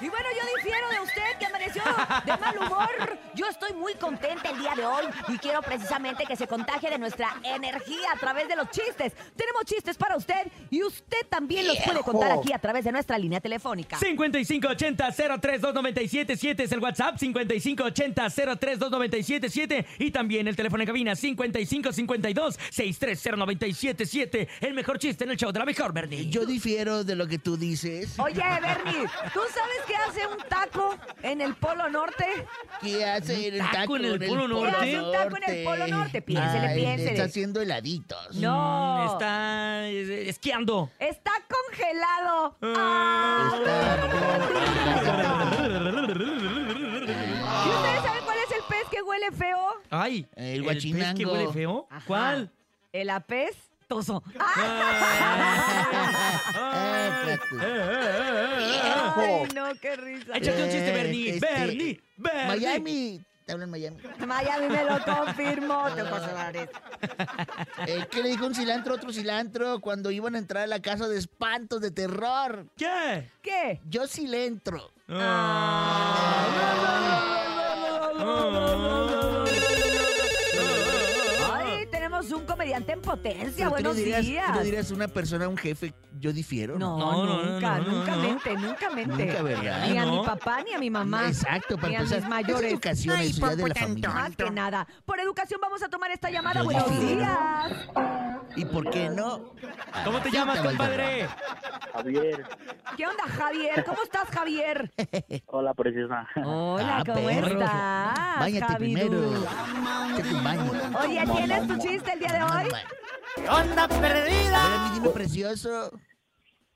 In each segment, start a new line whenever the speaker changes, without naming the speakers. Y bueno, yo difiero de usted que amaneció de mal humor. Yo estoy muy contenta el día de hoy y quiero precisamente que se contagie de nuestra energía a través de los chistes. Tenemos chistes para usted y usted también los puede contar aquí a través de nuestra línea telefónica.
5580-032977 es el WhatsApp, 5580-032977 y también el teléfono en cabina 5552-630977. El mejor chiste en el show de la mejor, Bernie.
Eh, Yo difiero de lo que tú dices.
Oh,
Oye, Bernie, ¿tú sabes qué hace un taco en el Polo Norte?
¿Qué hace el
¿Un taco
taco
en el Polo Norte?
¿Qué hace un taco en el Polo Norte? Piénsele,
Ay,
piénsele.
Está haciendo heladitos.
No.
Está eh, esquiando.
Está congelado. Ah. ¿Y ustedes saben cuál es el pez que huele feo?
Ay,
El
pez que
guachinango.
huele feo?
Ajá.
¿Cuál?
El apestoso. ¡Ah!
Ah,
Eh,
Ay, no, qué risa.
Échate un chiste,
Eh,
Bernie.
este,
Bernie, Bernie.
Miami. Te hablan Miami.
Miami me lo confirmó. Te paso la nariz.
Eh, ¿Qué le dijo un cilantro a otro cilantro cuando iban a entrar a la casa de espantos de terror?
¿Qué?
¿Qué?
Yo cilantro.
Ay, tenemos un comediante en potencia.
Pero tú no
Buenos
dirías,
días.
tú no dirías a una persona, a un jefe, yo difiero.
No,
No, no,
nunca,
no, no,
nunca
no.
mente, nunca mente.
Nunca, ¿verdad?
Ni a
No.
mi papá ni a mi mamá.
Exacto, para
ni a
empezar.
mis mayores.
Es educación,
Ay,
eso ya
por
de la
tanto,
familia.
Más que nada. Por educación vamos a tomar esta llamada.
Yo
Buenos
difiero.
días.
¿Y por qué no?
¿Cómo te
Acepta,
llamas,
Valderrama.
compadre?
Javier,
¿Qué onda, Javier? ¿Cómo estás, Javier?
hola preciosa.
Hola,
Ah,
¿cómo
perro.
estás?
Báñate
Javidú?
primero. Échate un baño.
Oye, ¿tienes tu chiste el día de hoy?
¡Onda perdida! Oye, mi niño precioso.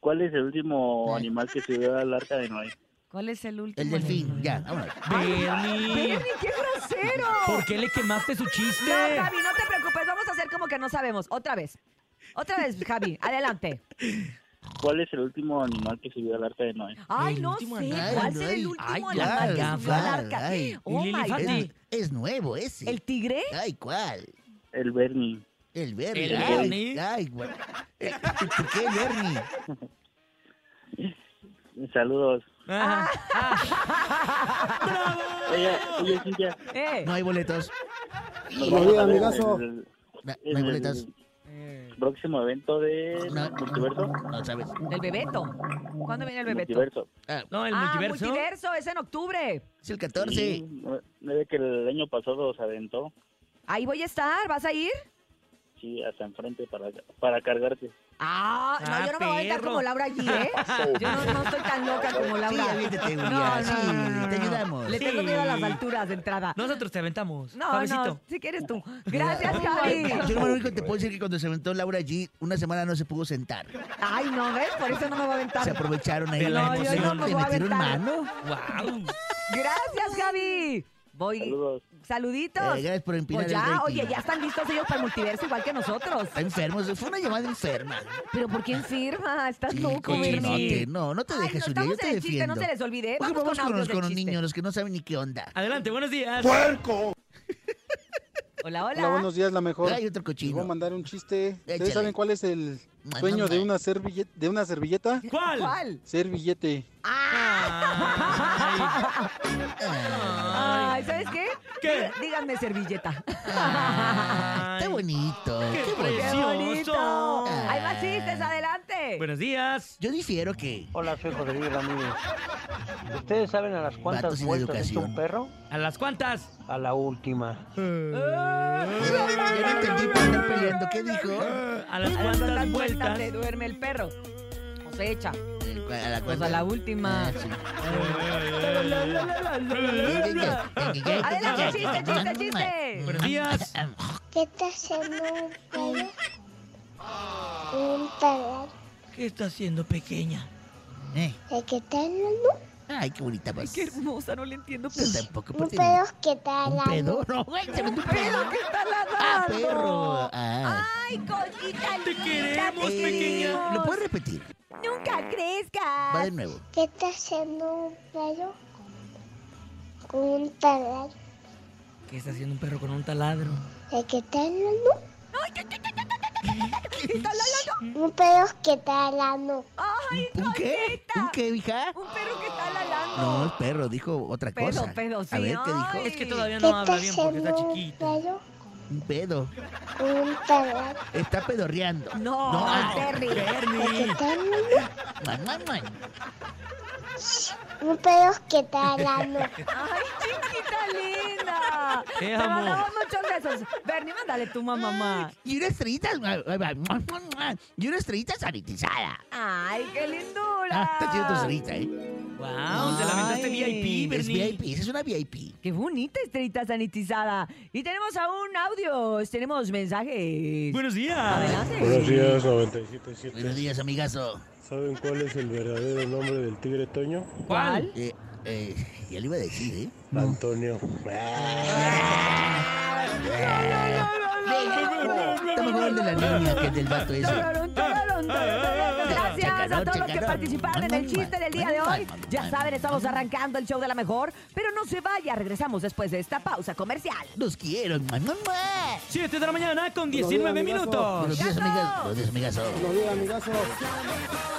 ¿Cuál es el último animal que subió al arca de Noé?
¿Cuál es el último?
El delfín, ya, vámonos.
Bernie.
Bernie, qué grosero.
¿Por qué le quemaste su
No,
chiste?
Javi, no te preocupes, vamos a hacer como que no sabemos. Otra vez. Otra vez, Javi, adelante.
¿Cuál es el último animal que subió al arca de Noé?
Ay,
El
no sé,
último
animal.
¿cuál será
Ay,
el último
ay,
animal que
ay,
subió al
ay,
arca?
ay.
Oh,
El
my
elefante.
God.
Es, es nuevo ese.
¿El tigre?
Ay, ¿cuál?
El Bernie.
El Bernie.
El
ay,
Bernie.
Ay, güey. Eh, ¿Por qué Bernie?
Saludos.
Ajá.
Ah.
Oye, oye, Cintia.
Eh,
No hay boletos.
nos
Buenos días,
vamos
amigazo.
a ver en
No,
el-
no hay
en el
boletos.
Próximo evento de
No.
multiverso.
No sabes.
el bebeto. ¿Cuándo viene el bebeto?
Multiverso.
Ah,
No, el
ah,
multiverso.
multiverso, es en octubre.
es el 14.
Sí, no- no ve que el año pasado se aventó.
Ahí voy a estar, ¿vas a ir?
Sí, hasta enfrente para, para cargarte.
Ah, no,
Ah,
yo no me voy a aventar
perro.
como Laura allí, ¿eh? Yo no, no estoy tan loca como
Sí,
Laura.
aviéntate,
No,
Uriah,
no,
sí,
no, no, no,
te
no.
ayudamos.
Le
Sí.
tengo miedo a las alturas de entrada.
Nosotros te aventamos.
No, no,
Pablecito.
si quieres tú. Gracias, Javi.
Yo lo único que te puedo decir que cuando se aventó Laura allí, una semana no se pudo sentar.
Ay, no, ¿ves? Por eso no me voy a aventar.
Se aprovecharon ahí
De la
la
No, yo
emoción,
no me
le
voy a
metieron
aventar.
mano.
Wow.
Gracias, Javi. Voy.
Saludos.
Saluditos.
Eh, gracias por empinar
Pues ya,
el rating.
oye, ya están listos ellos para el multiverso igual que nosotros.
Está enfermo, se- fue una llamada enferma.
Pero ¿por quién firma? Estás
Sí,
loco, Bernie.
cochinote. No, no te
Ay, no
dejes, Uriah, yo
estamos
te
en el chiste,
defiendo.
no se les olvide.
Oye,
Vamos,
vamos con los,
audios
con los
del chiste.
niños, los que no saben ni qué onda.
Adelante, buenos días.
Hola, hola.
Hola, buenos días, la mejor.
Hay otro
Les voy a
cochino.
mandar un chiste.
Échale.
¿Ustedes saben cuál es el
Mamá,
sueño de
mamá.
una, servilleta, de una servilleta?
¿Cuál?
¿Cuál?
Ser billete.
Ay.
Ay, ¿sabes qué?
¿Qué?
Díganme servilleta.
Ah, está bonito. qué
Qué
bonito.
¡Qué
precioso.
bonito!
Ah.
Hay más chistes, adelante.
Buenos días.
Yo difiero que
Hola, soy José Luis Ramírez. ¿Ustedes saben a las
Vato
cuantas
sin
vueltas echa
educación.
un perro?
¿A las cuantas?
A la última.
yo no entendí por andar peleando. ¿Qué dijo?
¿A las
A las
cuantas
vueltas
vueltas?
se duerme el perro. O se echa.
A la
Pues a la última. Adelante,
Adelante,
chiste, chiste, chiste.
Buenos días.
¿Qué está haciendo un perro? Un perro.
¿Qué está haciendo pequeña?
¿De qué está hablando?
Ay, qué bonita voz.
Qué hermosa, no le entiendo.
Yo tampoco
Un
porque
perro que está
¿Un
hablando.
pedo? No, güey, se
Un
me un pedo.
pedo que está
Ah,
ladrando.
perro. Ah. Eh,
Ay, cosita
Te
linda,
queremos,
te
pequeña.
queremos.
¿Lo puedes repetir?
Nunca
Va de
crezcas.
nuevo.
¿Qué está haciendo un perro? Con un perro.
¿Qué está haciendo un perro con un taladro?
¿De qué está hablando? Un perro que está hablando.
Ay,
¿Un qué?
cosita.
¿Un qué, hija?
Un perro que está lalando.
No, es perro, dijo otra
Pedo,
cosa.
pedo, sí,
A ver qué dijo.
ay.
Es que todavía
¿Qué
no habla bien porque está
un
chiquito.
gallo
Un pedo.
con un taladro?
Está pedorreando.
No,
No,
Terry.
¿Qué
Bernie.
tal?
Mua, mua, mua.
Un pedo que talando.
Ay, chiquita linda.
Te
Te
amo.
mandamos muchos besos. Bernie, mándale tú, mamá, mamá.
Y una estrellita. mua, mua, mua, mua, mua. Y una estrellita sanitizada.
Ay, qué lindura.
Ah, está chido tu estrellita, ¿eh?
Wow, te Ah, la aventaste
Ay.
VIP,
Es
Bernie.
VIP, esa es una VIP.
Qué bonita estrellita sanitizada. Y tenemos aún audios, tenemos mensajes.
Buenos días.
Adelante.
Buenos días,
Buenos
97.7.
días, amigazo.
¿Saben cuál es el verdadero nombre del tigre Toño?
¿Cuál?
Eh, eh, ya le iba a decir, ¿eh?
Antonio. Ah,
Está mejor el de la niña que el del vato ese.
Tararun, tararun, tararun. Gracias a todos los que participaron en el chiste del día de hoy. Ya saben, estamos arrancando el show de la mejor, pero no se vaya, regresamos después de esta pausa comercial.
Los quiero. mua, mua, mua.
7 de la mañana con 19
Buenos días,
minutos.
Buenos días,
¡Gato!
amigas. Buenos días, amigazo.
Buenos días, amigazos.